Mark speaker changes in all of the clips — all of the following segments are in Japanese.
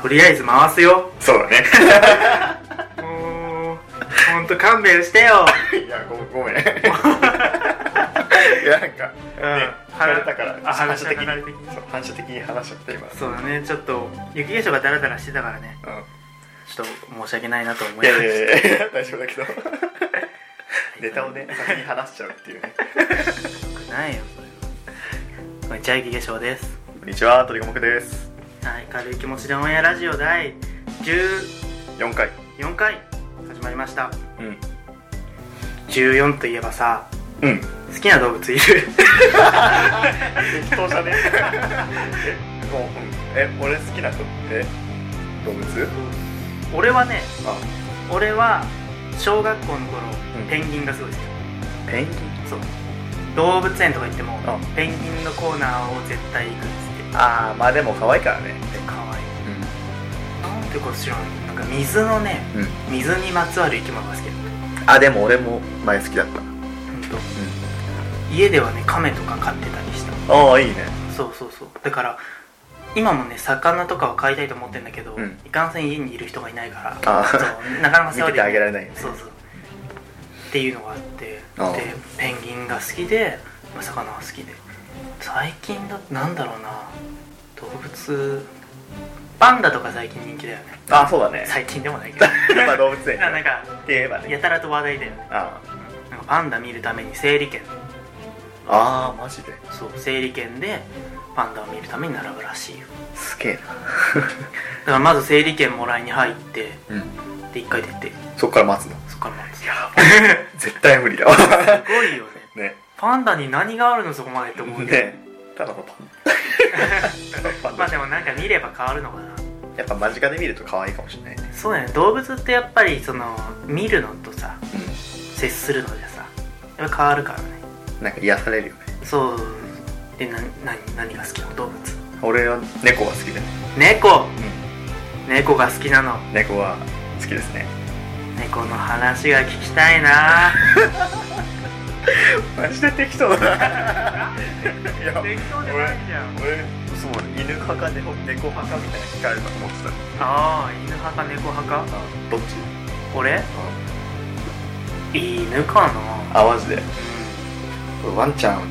Speaker 1: とりあえず回すよ
Speaker 2: そうだね
Speaker 1: もうほんと勘弁して よ
Speaker 2: いやご ごめんいやなんか、
Speaker 1: うん
Speaker 2: ね疲れたから
Speaker 1: あ反射的に
Speaker 2: 反射的にそう反射的に話しちゃって今
Speaker 1: そうだねちょっと雪化粧がダラダラしてたからね
Speaker 2: う
Speaker 1: ちょっと申し訳ないなと思いま
Speaker 2: ん、い
Speaker 1: し
Speaker 2: や
Speaker 1: た
Speaker 2: いやいや大丈夫 だけどネタをね先に話しちゃうっていうね
Speaker 1: ないよそれはこんにちは雪化粧です
Speaker 2: こんにちは鳥五目です
Speaker 1: はい軽い気持ちでオンエアラジオ第14
Speaker 2: 4回
Speaker 1: 回始まりました
Speaker 2: うん
Speaker 1: 14といえばさ
Speaker 2: うん
Speaker 1: 好きな動物いる
Speaker 2: 適当じ ゃねえもう、うん、え俺好きな人え動物
Speaker 1: 俺はね
Speaker 2: あ
Speaker 1: 俺は小学校の頃、
Speaker 2: うん
Speaker 1: ペンギンがすごい好き
Speaker 2: ペンギン
Speaker 1: そう動物園とか行っても
Speaker 2: あ
Speaker 1: ペンギンのコーナーを絶対行くっつって
Speaker 2: ああまあでも可愛いからね
Speaker 1: かわいいなんてこと知らんなんか水のね
Speaker 2: うん、うん、
Speaker 1: 水にまつわる生き物が好きだっ
Speaker 2: あでも俺も前好きだった
Speaker 1: たほんと家ではね亀とか飼ってたりした
Speaker 2: ああいいね
Speaker 1: そうそうそうだから今もね魚とかは飼いたいと思ってんだけど、
Speaker 2: うん
Speaker 1: いかんせん家にいる人がいないから
Speaker 2: あー
Speaker 1: そうなかなか世話できない
Speaker 2: 見ててあげられないよね
Speaker 1: そうそうっていうのがあってで
Speaker 2: あー
Speaker 1: ペンギンが好きでまあ魚は好きで最近だなんだろうな動物パンダとか最近人気だよね
Speaker 2: ああそうだね
Speaker 1: 最近でもないけど
Speaker 2: まあ動物園
Speaker 1: ななん
Speaker 2: っ
Speaker 1: か
Speaker 2: て言えばね
Speaker 1: やたらと話題だよね
Speaker 2: あ
Speaker 1: なんかパンダ見るために整理券
Speaker 2: あああマジで
Speaker 1: そう整理券でパンダを見るために並ぶらしいよ
Speaker 2: すげえな
Speaker 1: だからまず整理券もらいに入って
Speaker 2: うん
Speaker 1: で1回出て
Speaker 2: そっから待つの
Speaker 1: そっから待つ
Speaker 2: 絶対無理だわ
Speaker 1: すごいよね
Speaker 2: ね
Speaker 1: パンダに何があるのそこまでって思うけど、
Speaker 2: ねただのパンパン
Speaker 1: ま
Speaker 2: ダ
Speaker 1: あでもなんか見れば変わるのかな
Speaker 2: やっぱ間近で見ると可愛いかもしれないね
Speaker 1: そうだよね動物ってやっぱりその見るのとさ
Speaker 2: う
Speaker 1: 接するのじゃさやっぱ変わるからね
Speaker 2: んなんか癒されるよね
Speaker 1: そうでな何何が好きなの動物
Speaker 2: 俺は猫が好きだね
Speaker 1: 猫
Speaker 2: うん
Speaker 1: 猫が好きなの
Speaker 2: 猫は好きですね
Speaker 1: 猫の話が聞きたいな
Speaker 2: マジで適当だないや
Speaker 1: 適当じゃないじゃん
Speaker 2: 俺そう犬派か猫猫派かみたいな聞かれるかと思ってた
Speaker 1: ああ犬派か猫派か
Speaker 2: どっち
Speaker 1: 俺犬かな
Speaker 2: あマジで俺ワンちゃんね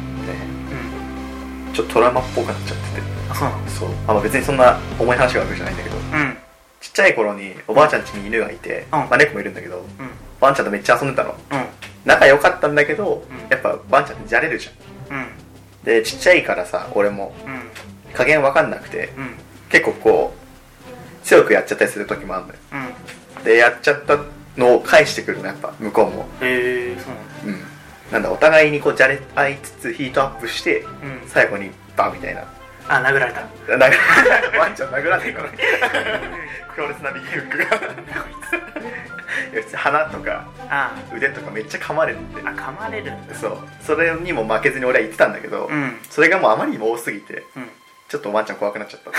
Speaker 1: うん、うん
Speaker 2: ちょっとトラウマっぽくなっちゃって
Speaker 1: あそうなの
Speaker 2: てそうあまあ別にそんな重い話があるわけじゃないんだけど
Speaker 1: うん
Speaker 2: ちっちゃい頃におばあちゃん家に犬がいて、
Speaker 1: ん
Speaker 2: まあ、猫もいるんだけど
Speaker 1: うん
Speaker 2: ワンちゃんとめっちゃ遊んでたの
Speaker 1: う
Speaker 2: 仲良かったんだけど、
Speaker 1: うん
Speaker 2: やっぱワンちゃんってじゃれるじゃん
Speaker 1: ん
Speaker 2: でちっちゃいからさ俺も
Speaker 1: うん
Speaker 2: 加減わかんなくて
Speaker 1: うん
Speaker 2: 結構こう強くやっちゃったりする時もあるのよ
Speaker 1: うん
Speaker 2: でやっちゃったのを返してくるのやっぱ向こうも
Speaker 1: へえそうな
Speaker 2: うんなんだお互いにこうじゃれ合いつつヒートアップして
Speaker 1: のうん
Speaker 2: 最後にバンみたいな
Speaker 1: あ殴られたこ
Speaker 2: なんかワンちゃん殴らないからね強烈なビッグフックが
Speaker 1: いつ
Speaker 2: いや普通鼻とか
Speaker 1: あ
Speaker 2: 腕とかめっちゃ噛まれるんで
Speaker 1: あ噛まれるんだ
Speaker 2: そうそれにも負けずに俺は言ってたんだけど、
Speaker 1: うん
Speaker 2: それがもうあまりにも多すぎて
Speaker 1: うん
Speaker 2: ちょっとワンちゃん怖くなっちゃった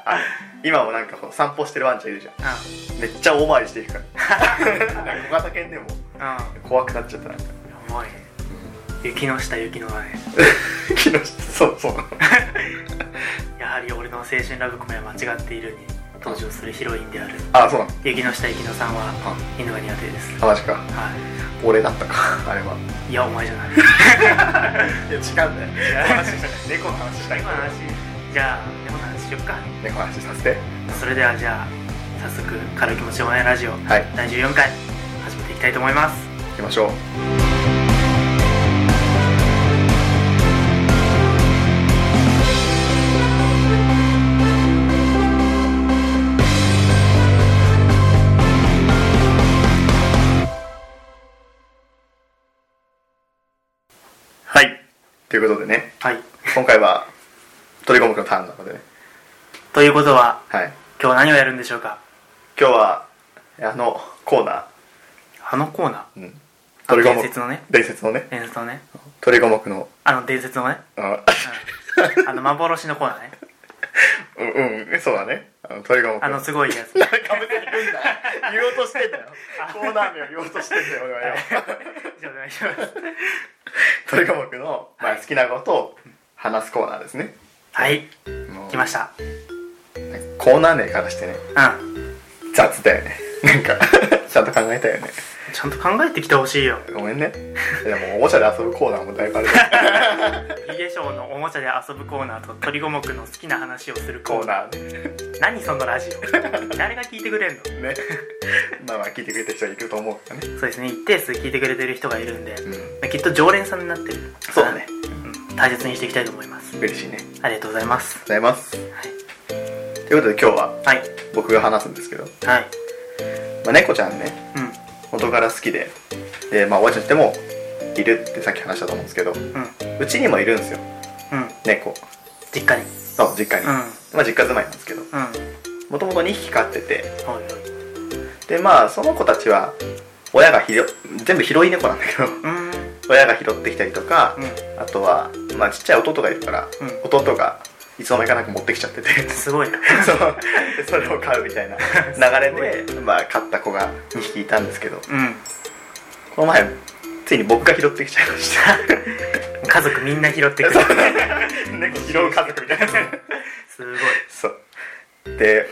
Speaker 2: あ今もなんかこう散歩してるワンちゃんいるじゃ
Speaker 1: あ
Speaker 2: んめっちゃ大回りしていくから なんか小型犬でも
Speaker 1: あ
Speaker 2: 怖くなっちゃった なんか
Speaker 1: 重い雪の下雪の前
Speaker 2: 木下そうそう
Speaker 1: やはり俺の青春ラブコメは間違っているに登場するヒロインである
Speaker 2: あそうなの
Speaker 1: 雪の下雪乃さんは
Speaker 2: あ
Speaker 1: 犬が苦手です
Speaker 2: あマジか
Speaker 1: は
Speaker 2: 俺だったかあれはい
Speaker 1: いやお前じゃ ない
Speaker 2: いや違うんだよ 話したい猫の話したい
Speaker 1: 今の話じゃあでもの話しよっか
Speaker 2: 猫の話させて
Speaker 1: それではじゃあ早速「軽い気持ち応援ラジオ
Speaker 2: はい」
Speaker 1: 第14回始めていきたいと思います
Speaker 2: 行きましょうはいということでね
Speaker 1: はい
Speaker 2: 今回は鳥五目のターンなのでね
Speaker 1: ということは
Speaker 2: はい
Speaker 1: 今日何をやるんでしょうか
Speaker 2: 今日はあのコーナー
Speaker 1: あのコーナ
Speaker 2: うん
Speaker 1: ー
Speaker 2: 鳥五目
Speaker 1: 伝説のね
Speaker 2: 伝説のね
Speaker 1: 伝説のね
Speaker 2: 鳥五目の
Speaker 1: あの伝説のね、
Speaker 2: あの
Speaker 1: う ん、あの幻のコーナーね
Speaker 2: うん、うん、そうだね。あの、鳥が
Speaker 1: あのすごいやつ
Speaker 2: なんかぶせに来んな。言おうとしてんだよ。 コーナー名を言おうとしてんだよ、俺はよ。
Speaker 1: 以上でお願いします
Speaker 2: 鳥が僕の、まあ、好きなことを話すコーナーですね。
Speaker 1: はい
Speaker 2: もう
Speaker 1: 来ました
Speaker 2: はいコーナー名からしてね
Speaker 1: うん
Speaker 2: 雑だよねなんか ちゃんと考えたよね
Speaker 1: ちゃんと考えてきてほしいよ
Speaker 2: ごめんねでもおもちゃで遊ぶコーナーもだいぶある
Speaker 1: ヒゲショウのおもちゃで遊ぶコーナーと鳥五目の好きな話をするコ
Speaker 2: コ
Speaker 1: ー
Speaker 2: ー
Speaker 1: ナー
Speaker 2: ナーね
Speaker 1: 何そのラジ オ誰が聞いてくれんの
Speaker 2: ねまあまあ聞いてくれた人はいると思うから
Speaker 1: そ
Speaker 2: ね
Speaker 1: うですね一定数聞いてくれてる人がいるんで
Speaker 2: うん
Speaker 1: きっと常連さんになってる
Speaker 2: そうだね、
Speaker 1: うん大切にしていきたいと思います
Speaker 2: 嬉しいねありが
Speaker 1: ありが
Speaker 2: とう
Speaker 1: とうございます
Speaker 2: ございますということで今日は
Speaker 1: はい
Speaker 2: 僕が話すんですけど、ま
Speaker 1: はい
Speaker 2: あ、猫ちゃんね
Speaker 1: う
Speaker 2: 元から好きででまあおばあちゃんでもいるってさっき話したと思うんですけど
Speaker 1: んうん
Speaker 2: うちにもいるんですよ
Speaker 1: うん
Speaker 2: 猫
Speaker 1: 実家に
Speaker 2: そう実家に、
Speaker 1: うん
Speaker 2: まあ実家住まいなんですけど
Speaker 1: うんは
Speaker 2: もともと2匹飼ってて
Speaker 1: いはい
Speaker 2: でまあその子たちは親がひろ全部拾い猫なんだけど
Speaker 1: うん
Speaker 2: 親が拾ってきたりとか
Speaker 1: うん
Speaker 2: あとはまあちっちゃい弟がいるから
Speaker 1: うん
Speaker 2: 弟がいつの間にかなんか持ってきちゃって て
Speaker 1: すごいな
Speaker 2: そうでそれを飼うみたいな流れで、まあ、飼った子が2匹いたんですけど
Speaker 1: うん
Speaker 2: この前ついに僕が拾ってきちゃいました
Speaker 1: 家族みんな拾ってくる
Speaker 2: 猫拾う家族みたいな
Speaker 1: すごい
Speaker 2: そうで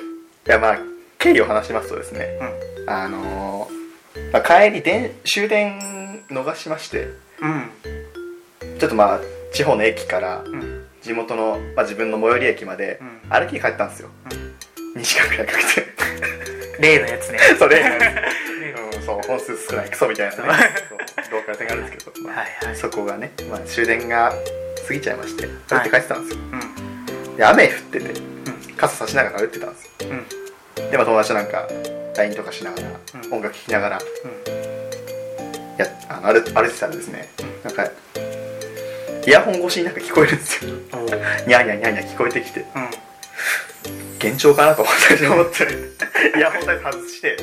Speaker 2: いやまあ経緯を話しますとですね
Speaker 1: う
Speaker 2: あのーまあ、帰りで終電逃しまして
Speaker 1: んうん
Speaker 2: ちょっとまあ地方の駅から
Speaker 1: うん
Speaker 2: 地元の、まあ、自分の最寄り駅まで
Speaker 1: うん
Speaker 2: 歩きで帰ったんですよ、2時間くらいかけ
Speaker 1: 例のやつね
Speaker 2: てそれ、
Speaker 1: 例の
Speaker 2: うん、そう本数少ないクソみたいなねそうローカル線があるんですけど、まあ
Speaker 1: はいはい
Speaker 2: そこがね、まあ、終電が過ぎちゃいまして歩いて帰ってたんですよ、
Speaker 1: うん
Speaker 2: で雨降ってて
Speaker 1: う
Speaker 2: 傘差しながら歩いてたんですよ
Speaker 1: んうん
Speaker 2: で、まあ、友達となんか LINE とかしながら、
Speaker 1: うん
Speaker 2: 音楽聴きながら
Speaker 1: うん
Speaker 2: やあの歩歩いてたらですねなんかイヤホン越しになんか聞こえるんですよ
Speaker 1: おー
Speaker 2: ニャーニャーニャーニャー聞こえてきて
Speaker 1: うん
Speaker 2: 幻聴かなと思って思って イヤホンだけ外して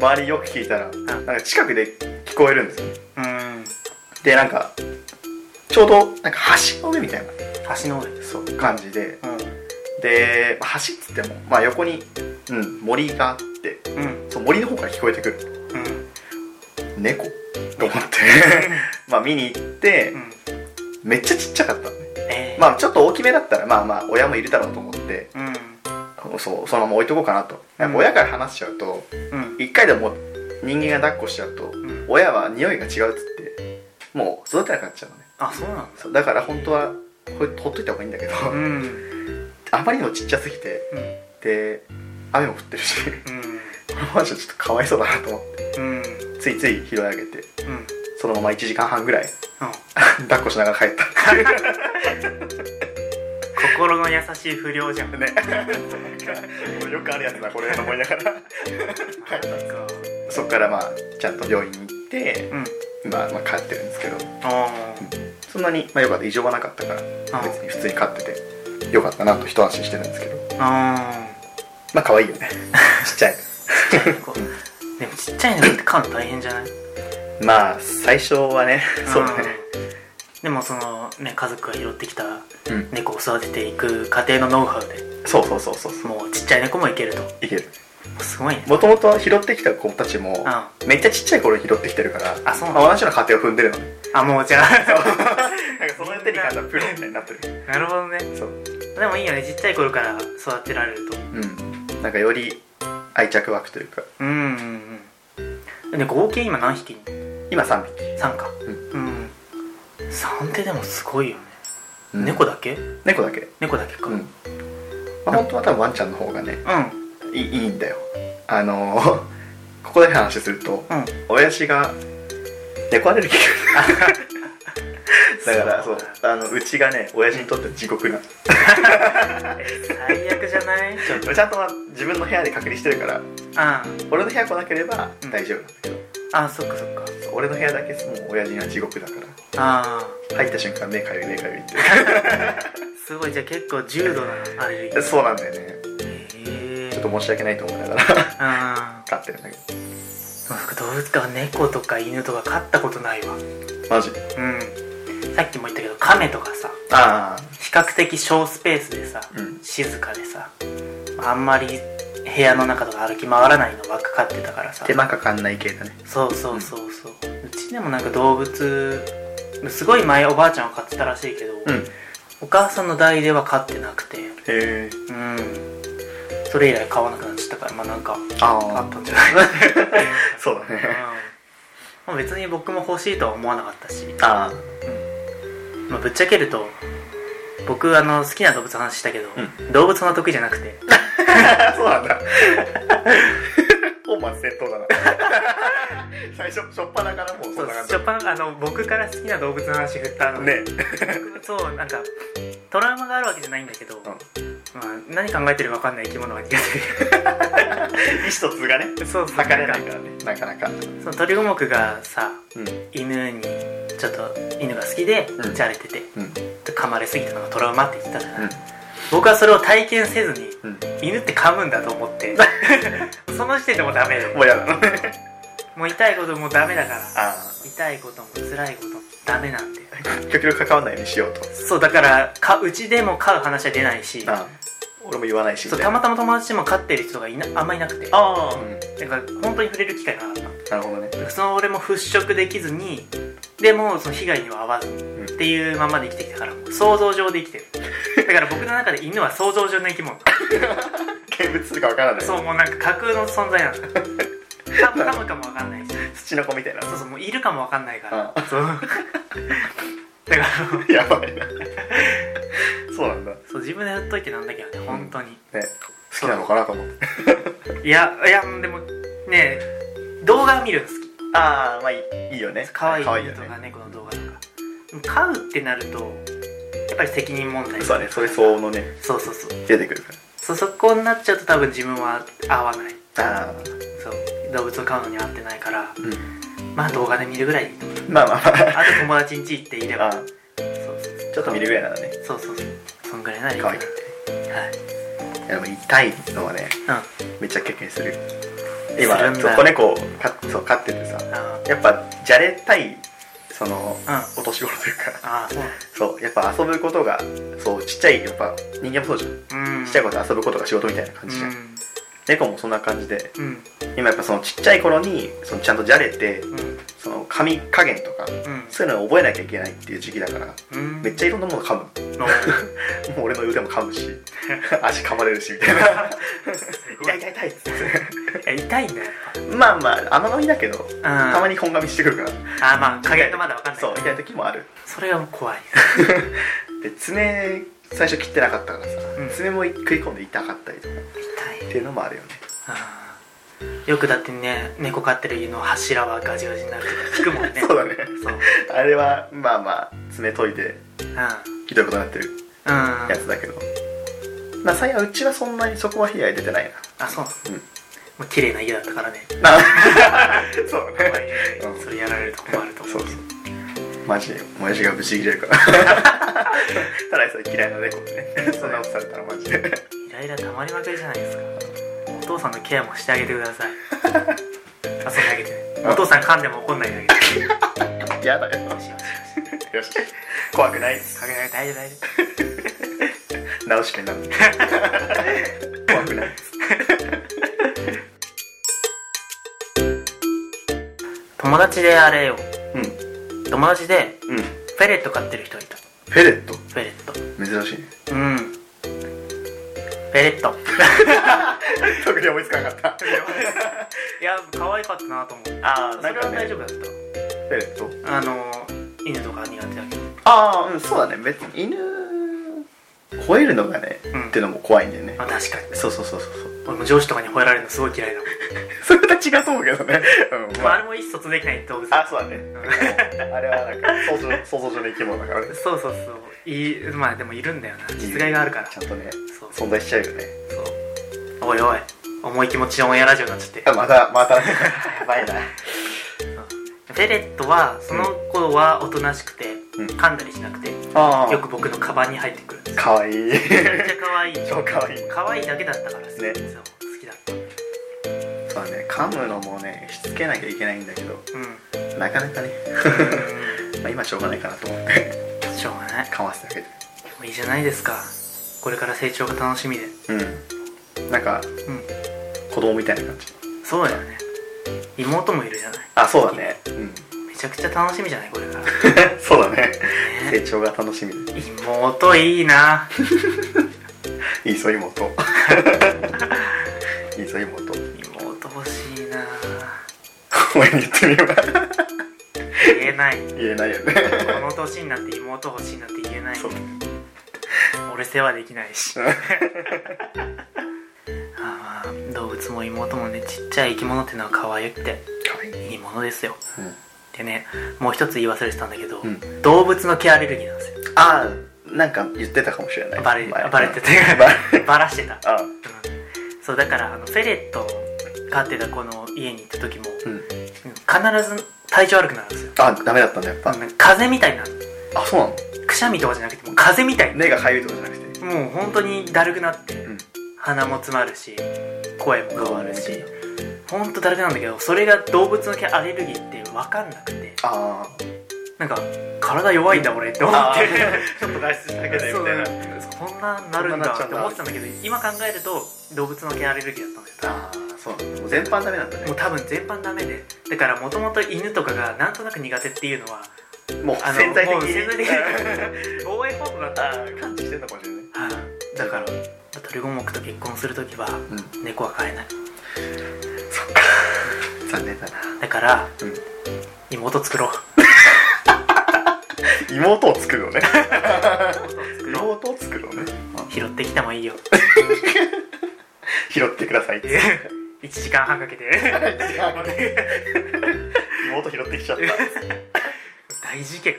Speaker 2: 周りよく聞いたらなんか近くで聞こえるんですよ
Speaker 1: うん
Speaker 2: でなんかちょうどなんか橋の上みたいな
Speaker 1: 橋の上で
Speaker 2: そう感じで
Speaker 1: うん
Speaker 2: で、まあ橋っつっても、まあ、横に、うん、森があって
Speaker 1: うん
Speaker 2: そう森の方から聞こえてくる
Speaker 1: うん
Speaker 2: 猫と思って まあ見に行って
Speaker 1: うん
Speaker 2: めっちゃちっちゃかったのね
Speaker 1: えー
Speaker 2: まあちょっと大きめだったらまあまあ親もいるだろうと思って
Speaker 1: うん
Speaker 2: そうそのまま置いとこうかなとやっぱ親から話しちゃうと
Speaker 1: うん
Speaker 2: 一回でも人間が抱っこしちゃうと
Speaker 1: うん
Speaker 2: 親は匂いが違うっつってもう育てなくなっちゃうのね
Speaker 1: あそうなんだ
Speaker 2: そうだから本当はほいほっといた方がいいんだけど、
Speaker 1: うんうん
Speaker 2: あまりにもちっちゃすぎてで雨も降ってるし
Speaker 1: うん
Speaker 2: このマンションちょっとかわいそうだなと思って
Speaker 1: うん
Speaker 2: ついつい拾い上げて
Speaker 1: うん
Speaker 2: そのまま1時間半ぐらい
Speaker 1: うん
Speaker 2: 抱っこしながら帰ったっていう
Speaker 1: 心の優しい不良じゃん
Speaker 2: ね なんかよくあるやつだこれと思いながら
Speaker 1: なんか
Speaker 2: そこからまあちゃんと病院に行って、
Speaker 1: うん
Speaker 2: まあ、まあ飼ってるんですけど
Speaker 1: あ
Speaker 2: そんなに、まあ、よかった異常はなかったから
Speaker 1: あ
Speaker 2: 別に普通に飼っててよかったなと一安心してるんですけど
Speaker 1: あ
Speaker 2: まあ可愛い よねちっちゃい
Speaker 1: でもちっちゃいのって飼うの大変じゃない
Speaker 2: まあ最初はねそうだね
Speaker 1: うんでもそのね家族が拾ってきた
Speaker 2: うん
Speaker 1: 猫を育てていく家庭のノウハウで
Speaker 2: そうそうそうそうそう
Speaker 1: もうちっちゃい猫もいけるとも
Speaker 2: いける
Speaker 1: うすごいね
Speaker 2: もともと拾ってきた子たちも
Speaker 1: う
Speaker 2: めっちゃちっちゃい頃に拾ってきてるから
Speaker 1: あそうなん
Speaker 2: ま
Speaker 1: だ
Speaker 2: あ同じような家庭を踏んで るのね
Speaker 1: あもうじゃあ
Speaker 2: なんかその手に関してはプロみたいになってる
Speaker 1: なるほどね
Speaker 2: そう
Speaker 1: でもいいよねちっちゃい頃から育てられると
Speaker 2: うんなんかより愛着湧くというか
Speaker 1: うんうんうんで合計今何匹
Speaker 2: 今3匹、
Speaker 1: 3か
Speaker 2: う
Speaker 1: うん3ってでもすごいよね
Speaker 2: うん
Speaker 1: 猫だけ
Speaker 2: 猫だけ
Speaker 1: 猫だけか
Speaker 2: う
Speaker 1: うんん、
Speaker 2: まあ、本当は多分ワンちゃんの方がねいいいいんだよあのー ここで話すると
Speaker 1: うん
Speaker 2: 親父が猫アレルギ ーだからそうあのうちがね親父にとっては地獄な
Speaker 1: 最悪じゃない ちょっと
Speaker 2: ちゃんと、まあ自分の部屋で隔離してるから
Speaker 1: あ
Speaker 2: 俺の部屋来なければ
Speaker 1: うん
Speaker 2: 大丈夫なんだけど、
Speaker 1: ああそっかそっか
Speaker 2: そう俺の部屋だけもう親父には地獄だから
Speaker 1: ああ
Speaker 2: 入った瞬間目かゆい目かゆいって
Speaker 1: すごいじゃあ結構重度なアレルギー
Speaker 2: そう なんだよね
Speaker 1: へえ
Speaker 2: ちょっと申し訳ないと思いなが ら
Speaker 1: あ
Speaker 2: 飼ってるんだけど
Speaker 1: あなんか動物か猫とか犬とか飼ったことないわ
Speaker 2: マジ
Speaker 1: うんさっきも言ったけどカメとかさ
Speaker 2: ああ
Speaker 1: 比較的小スペースでさ、
Speaker 2: うん
Speaker 1: 静かでさあんまり部屋の中とか歩き回らないのばっか飼ってたからさ
Speaker 2: 手間かかんない系だね
Speaker 1: そうそうそうそう、うちでもなんか動物すごい前おばあちゃんを飼ってたらしいけど、
Speaker 2: うんへ
Speaker 1: お母さんの代では飼ってなくて
Speaker 2: え
Speaker 1: うんそれ以来買わなくなっちゃったからまあなんか
Speaker 2: あ
Speaker 1: あっ
Speaker 2: あ
Speaker 1: たんじゃない
Speaker 2: そうだね
Speaker 1: まあ別に僕も欲しいとは思わなかったし、
Speaker 2: あ
Speaker 1: まあ、ぶっちゃけると僕あの好きな動物の話したけど、
Speaker 2: う
Speaker 1: 動物は得意じゃなくて
Speaker 2: あそうなんだ本末転倒だな最初初っ端からもうそ
Speaker 1: そ
Speaker 2: ん
Speaker 1: う
Speaker 2: な感じ
Speaker 1: しょっぱなあの僕から好きな動物の話振ったの
Speaker 2: ね
Speaker 1: そうなんかトラウマがあるわけじゃないんだけど、まあ、何考えてるか分かんない生き物が苦 手
Speaker 2: 意思疎通がね
Speaker 1: でそうそう
Speaker 2: 測れない
Speaker 1: ん
Speaker 2: か
Speaker 1: から
Speaker 2: ねなかなか
Speaker 1: その鳥五目がさ
Speaker 2: うん
Speaker 1: 犬にちょっと犬が好きで、
Speaker 2: うん
Speaker 1: じゃれてて
Speaker 2: うん
Speaker 1: ちょっと噛まれすぎたのがトラウマって言ってたじゃない、
Speaker 2: うん
Speaker 1: 僕はそれを体験せずに
Speaker 2: うん
Speaker 1: 犬って噛むんだと思って その時点でもうダメよ
Speaker 2: もうやだな
Speaker 1: もう痛いこともダメだから
Speaker 2: あ
Speaker 1: 痛いことも辛いこともダメなんで
Speaker 2: あ極力関わらないようにしようと
Speaker 1: そうだからかうちでも飼う話は出ないし
Speaker 2: ああ俺も言わないしみ
Speaker 1: そう
Speaker 2: たい
Speaker 1: た
Speaker 2: な
Speaker 1: またま友達でも飼ってる人がいなあんまいなくて
Speaker 2: ああ、うん
Speaker 1: だから本当に触れる機会がなかっ
Speaker 2: なるほどね
Speaker 1: たその俺も払拭できずにでもその被害には遭わずに
Speaker 2: ん
Speaker 1: っていうままで生きてきたから想像上で生きてるだから僕の中で犬は想像上の生き物
Speaker 2: 見物するかわからない
Speaker 1: そうもうなんか架空の存 在なんだ多分噛むかもわかんないし
Speaker 2: 土の子みたいな
Speaker 1: そうそうもういるかもわかんないから
Speaker 2: あ
Speaker 1: そう だから
Speaker 2: やばいなそうなんだね
Speaker 1: そう自分でやっといてなんだけどね本当に、
Speaker 2: 好きなのかなと思って
Speaker 1: いやいやでもね動画を見るの好き
Speaker 2: ああまあいいいいよね
Speaker 1: 可愛
Speaker 2: 可
Speaker 1: い
Speaker 2: 愛
Speaker 1: 犬
Speaker 2: いよ
Speaker 1: と
Speaker 2: ね
Speaker 1: か猫の動画とかでも飼うってなるとやっぱり責任問題
Speaker 2: そうだねそれ相応のね
Speaker 1: そうそうそう
Speaker 2: 出てくるか
Speaker 1: そそこになっちゃうと多分自分は合わない
Speaker 2: らああ
Speaker 1: そう動物を飼うのに合ってないから
Speaker 2: うん
Speaker 1: まあ動画で見るぐらいでいいと思う
Speaker 2: まあまあまあ
Speaker 1: あと友達ん家行っていれば
Speaker 2: ああ
Speaker 1: そうそう
Speaker 2: ちょっと見るぐらいならね
Speaker 1: そうそうそうそんぐらいならいい
Speaker 2: 可
Speaker 1: か
Speaker 2: 愛い
Speaker 1: な
Speaker 2: って
Speaker 1: はい
Speaker 2: いやでも痛いのはね
Speaker 1: うんあ
Speaker 2: めっちゃ経験する
Speaker 1: するん
Speaker 2: 今
Speaker 1: だ
Speaker 2: そう子猫を飼っそう飼っててさ
Speaker 1: あ
Speaker 2: やっぱじゃれたいその
Speaker 1: うんあ
Speaker 2: お年頃というか
Speaker 1: あそう
Speaker 2: そうやっぱ遊ぶことがそうちっちゃいやっぱ人間もそうじゃん
Speaker 1: うん
Speaker 2: ちっちゃい子と遊ぶことが仕事みたいな感じじゃん、
Speaker 1: うん
Speaker 2: 猫もそんな感じで
Speaker 1: うん
Speaker 2: 今やっぱそのちっちゃい頃にそのちゃんとじゃれて
Speaker 1: うん
Speaker 2: その髪加減とか
Speaker 1: うん
Speaker 2: そういうのを覚えなきゃいけないっていう時期だから
Speaker 1: うん
Speaker 2: めっちゃいろんなもの噛む
Speaker 1: の
Speaker 2: もう俺の腕も噛む し足噛まれるしみたいな痛い痛い痛いっつっ
Speaker 1: え痛いんだよやって
Speaker 2: まあまあ甘がみだけど
Speaker 1: ぱうん
Speaker 2: たまに本噛みしてくるから、
Speaker 1: あーまあ加減がまだわかんない
Speaker 2: そうみたいな
Speaker 1: な
Speaker 2: 時もある
Speaker 1: それがもう怖い
Speaker 2: で爪最初切ってなかったからさ、
Speaker 1: うん
Speaker 2: 爪も食い込んで痛かったりとかっ
Speaker 1: 痛い
Speaker 2: ていうのもあるよね
Speaker 1: あーよくだってね猫飼ってる家の柱はガジガジになるとか聞くもんね
Speaker 2: そうだね
Speaker 1: そう
Speaker 2: あれはまあまあ爪研いでひどいことになってる
Speaker 1: うんうん
Speaker 2: やつだけど、まあ最悪うちはそんなにそこは被害出てない
Speaker 1: あそうなの
Speaker 2: うん
Speaker 1: もう綺麗な家だったからね
Speaker 2: なな そうだねうん
Speaker 1: それやられると困ると思
Speaker 2: そううそうマジ親父がブチ切れるからただでさえ嫌いな猫でねそんなことされたらマジで
Speaker 1: イライラたまりまくりじゃないですかお父さんのケアもしてあげてくださ い遊んであげてね
Speaker 2: うん
Speaker 1: お父さん噛んでも怒んないであげて
Speaker 2: やだよ
Speaker 1: よしよしよし
Speaker 2: よし怖くない
Speaker 1: かけられ大丈夫大丈
Speaker 2: 直しかになる怖くない
Speaker 1: 夫友達であれよ
Speaker 2: うん
Speaker 1: 友達で
Speaker 2: うん
Speaker 1: フェレット飼ってる人いたフ
Speaker 2: フェレット
Speaker 1: ェレット
Speaker 2: 珍しいね
Speaker 1: うんフェレット
Speaker 2: 特に思いつかなかっ た
Speaker 1: いや可愛かったなと思う
Speaker 2: あ
Speaker 1: それは大丈夫だっ
Speaker 2: フェレット
Speaker 1: たあの犬とか苦手だけど
Speaker 2: ああうんそうだね別に犬吠えるのがね、
Speaker 1: うん
Speaker 2: ってのも怖いんだよね
Speaker 1: あ確かに
Speaker 2: そうそうそうそうそう
Speaker 1: 俺も上司とかに吠えられるのすごい嫌いだもん
Speaker 2: それと違うと思うけどね、 うん
Speaker 1: で
Speaker 2: ま
Speaker 1: もあ
Speaker 2: あ
Speaker 1: れも意思疎通できない動物
Speaker 2: あそう だねあれはなんか想像想像上の生き物だからね
Speaker 1: そうそうそういいまあでもいるんだよな実害があるから
Speaker 2: ちゃんとね
Speaker 1: そう
Speaker 2: 存在しちゃうよね
Speaker 1: そうおいおい重い気持ちのオンエアラジオになっちゃって
Speaker 2: あまたまた やばいな
Speaker 1: フェレットはその子はおとなしくて、
Speaker 2: うん
Speaker 1: 噛んだりしなくて
Speaker 2: ああ
Speaker 1: よく僕のカバンに入ってくるんですよ
Speaker 2: かわいい
Speaker 1: めっちゃ可愛い
Speaker 2: 超かわいい
Speaker 1: 可愛いだけだったから
Speaker 2: ね
Speaker 1: そう好きだった
Speaker 2: そうだね噛むのもねしつけなきゃいけないんだけど
Speaker 1: うん
Speaker 2: なかなかね、まあ、今しょうがないかなと思って
Speaker 1: しょうがない
Speaker 2: 噛ませてあげて
Speaker 1: いいじゃないですかこれから成長が楽しみで
Speaker 2: うんなんか
Speaker 1: うん
Speaker 2: 子供みたいな感じ
Speaker 1: そうだよね妹もいるじゃない
Speaker 2: あそうだねうん
Speaker 1: めちゃくちゃ楽しみじゃないこれから、ね
Speaker 2: そうだね 成長が楽しみ
Speaker 1: 妹いいない
Speaker 2: いそう妹 いいぞ
Speaker 1: 妹
Speaker 2: 妹
Speaker 1: 欲しいな
Speaker 2: お前に言ってみれば
Speaker 1: 言えない
Speaker 2: 言えないよ
Speaker 1: こ
Speaker 2: ね
Speaker 1: の年になって妹欲しいなんて言えない
Speaker 2: そう
Speaker 1: 俺世話できないし あーまあ動物も妹もねちっちゃい生き物ってのは可愛くて
Speaker 2: 可愛い
Speaker 1: いいものですよ
Speaker 2: うん
Speaker 1: でねもう一つ言い忘れてたんだけど、
Speaker 2: うん
Speaker 1: 動物の毛アレルギーなんですよ
Speaker 2: ああなんか言ってたかもしれない
Speaker 1: バレ
Speaker 2: 前
Speaker 1: バレて
Speaker 2: うん バレ
Speaker 1: て バラしてた
Speaker 2: あ
Speaker 1: うんそうだからあのフェレットを飼ってた子の家に行った時も、
Speaker 2: うん
Speaker 1: 必ず体調悪くなるんですよ
Speaker 2: あダメだったんだやっぱ、
Speaker 1: なんか風邪みたいになる
Speaker 2: あそうなの
Speaker 1: くしゃみとかじゃなくてもう風邪みたいに
Speaker 2: 根が痒いとかじゃなくて
Speaker 1: もう本当にだるくなって、
Speaker 2: ん
Speaker 1: 鼻も詰まるし声も変わるし本当だるくなるんだけどそれが動物の毛アレルギーって分かんなくて
Speaker 2: ああ
Speaker 1: なんか体弱いんだ俺って思っ
Speaker 2: あ
Speaker 1: て
Speaker 2: ーちょっと外出しなきゃねみたいな
Speaker 1: そうこんななるんだって思ってたんだけど今考えると動物の毛アレルギーだったんだよ
Speaker 2: ああそうなんだもう全般ダメなんだ
Speaker 1: も
Speaker 2: ね
Speaker 1: う多分全般ダメでだからもともと犬とかがなんとなく苦手っていうのは
Speaker 2: もう
Speaker 1: あの
Speaker 2: 潜在的
Speaker 1: もう
Speaker 2: に
Speaker 1: 潜在的
Speaker 2: うん
Speaker 1: に 応援フォームだった
Speaker 2: ああ感知してんのかもしれない
Speaker 1: だから鳥五目と結婚する時は
Speaker 2: うん
Speaker 1: 猫は飼えない
Speaker 2: そっか残念だな
Speaker 1: だから、
Speaker 2: うん
Speaker 1: 妹作ろう
Speaker 2: 妹を作るのね
Speaker 1: 作ろう
Speaker 2: 妹を作るのね
Speaker 1: 拾ってきてもいいよ
Speaker 2: 拾ってくださいって
Speaker 1: 1時間半かけて
Speaker 2: 妹拾ってきちゃった
Speaker 1: 大事件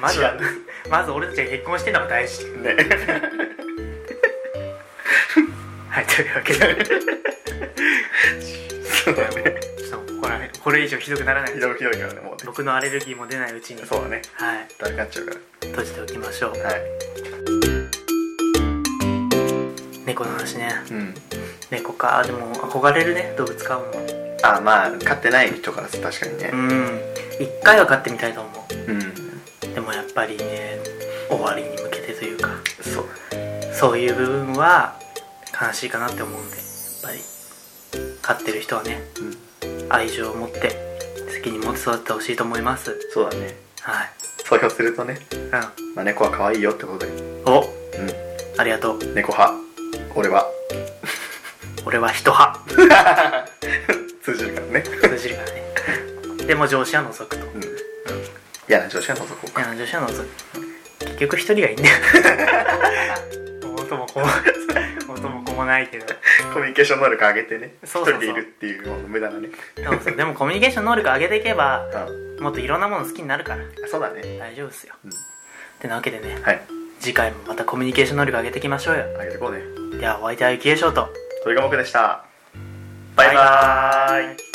Speaker 1: まずはまず俺たちが結婚してんのが大事件
Speaker 2: ね
Speaker 1: はいというわけで
Speaker 2: そうだね
Speaker 1: ちょっとこれこれ以上ひどくならない
Speaker 2: ひどいひどいからねもうね
Speaker 1: 僕のアレルギーも出ないうちには
Speaker 2: そうだ
Speaker 1: い
Speaker 2: ねだるくなっちゃうか
Speaker 1: 閉じておきましょう
Speaker 2: らはい
Speaker 1: 猫の話ね
Speaker 2: うん
Speaker 1: 猫かでも憧れるね動物飼うの
Speaker 2: あまあ飼ってない人からすると確かにね
Speaker 1: うん一回は飼ってみたいと思う
Speaker 2: うん
Speaker 1: でもやっぱりね終わりに向けてというか
Speaker 2: そう
Speaker 1: そういう部分は悲しいかなって思うんでやっぱり飼ってる人はね
Speaker 2: うん
Speaker 1: 愛情を持って責任持って育ててほしいと思います
Speaker 2: そうだね
Speaker 1: はい
Speaker 2: そう評するとね
Speaker 1: う
Speaker 2: まあ猫は可愛いよってことで
Speaker 1: んお
Speaker 2: う
Speaker 1: ありがとうん
Speaker 2: 猫派俺は
Speaker 1: 俺は人派
Speaker 2: 通じるからね
Speaker 1: 通じるからね でも上司は除くと
Speaker 2: うん嫌な上司は覗こうか
Speaker 1: あの女子は除く結局一人がいいんだよ元も子も元も子もないけど
Speaker 2: コミュニケーション能力上げてね一
Speaker 1: そうそうそう
Speaker 2: 人でいるっていうのも無駄なね
Speaker 1: でもそうでもコミュニケーション能力上げていけば
Speaker 2: う
Speaker 1: もっといろんなもの好きになるから
Speaker 2: んそうだね
Speaker 1: 大丈夫ですよ、
Speaker 2: うん
Speaker 1: ってなわけでね
Speaker 2: はい
Speaker 1: 次回もまたコミュニケーション能力上げていきましょうよ
Speaker 2: 上げてこうね
Speaker 1: ではお相手はゆきえしょうと
Speaker 2: 鳥が目でしたバイバーイ